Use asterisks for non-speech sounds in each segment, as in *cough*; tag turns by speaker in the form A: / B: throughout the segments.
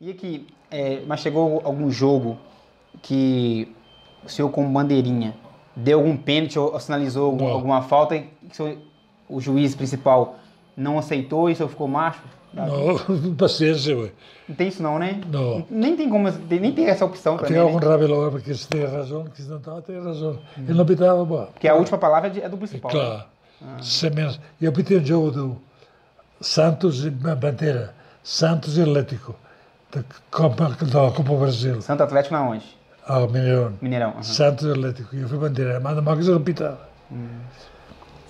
A: E aqui, é, mas chegou algum jogo que o senhor, como bandeirinha, deu algum pênalti ou sinalizou algum-
B: Não.
A: alguma falta e que o, senhor- o juiz principal não aceitou e o senhor ficou macho?
B: No, *laughs* paciência, güey.
A: Não tem isso não, né?
B: No.
A: Nem tem como, nem tem essa opção também,
B: Tenía
A: né?
B: un rabelo, porque si tenía razón, que si no estaba, tenía razón. Él no pitaba, va.
A: Porque a última palavra é de- é do principal. né?
B: Claro. Sem menos. Eu pitei um jogo do Santos e Ba- Bandeira, Santos e Atlético, da Copa, da Copa Brasil,
A: Santo Atlético na onde?
B: ao Mineirão.
A: Mineirão. aham.
B: Santos e Atlético. E eu fui Bandeira, mas uma coisa eu não pitava.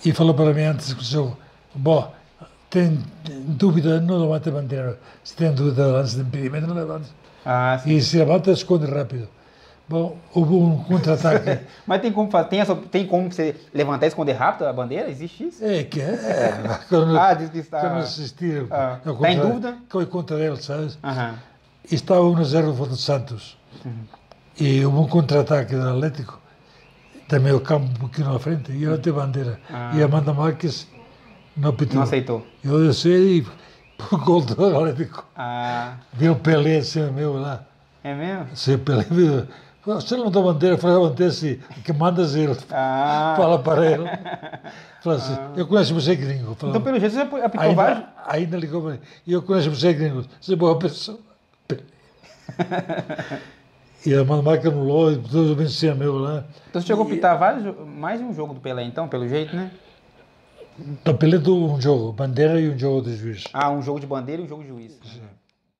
B: E falou para mim antes do jogo: Bom, tem dúvida, não levanta a bandeira. Se tem dúvida antes do impedimento, não levanta.
A: Ah, sim.
B: E se levanta, esconde rápido. Bom, houve
A: *laughs*
B: um contra-ataque.
A: Mas tem como, fa- tem, essa, tem como você levantar e esconder rápido a bandeira? Existe isso?
B: É que *laughs* é. Quando,
A: Ah, diz que está-
B: Quando assistiram.
A: Ah,
B: ao
A: tá em
B: contra-
A: dúvida?
B: Foi contra ele, sabes?
A: Aham.
B: E Estava 1 a 0 do Santos.
A: Uhum.
B: E houve um contra-ataque do Atlético, também o campo um pouquinho à frente, e eu levantei a bandeira.
A: Ah.
B: E Amanda Marques não pitou.
A: Não aceitou.
B: Eu desci e por gol do Atlético.
A: Ah,
B: Viu o Pelé assim, meu lá.
A: é mesmo?
B: Se o Pelé viu. "Pô, Você não dá bandeira, falei, acontece, que mandas ele.
A: Ah.
B: Fala
A: *laughs*
B: para ele. Fala assim, eu conheço você gringo. Fala,
A: Então, pelo jeito, você api- apitou vários.
B: Ainda, ainda ligou para mim. E eu conheço você, gringos. Você é
A: *laughs*
B: boa pessoa. e a Mano Marca anulou, e todos venciam meu né? lá.
A: Então você chegou a apitar vários, jo- mais de um jogo do Pelé, então, pelo jeito, né?
B: Então, peleto um jogo, bandeira e um jogo de juiz.
A: Ah, um jogo de bandeira e um jogo de juiz. Uhum.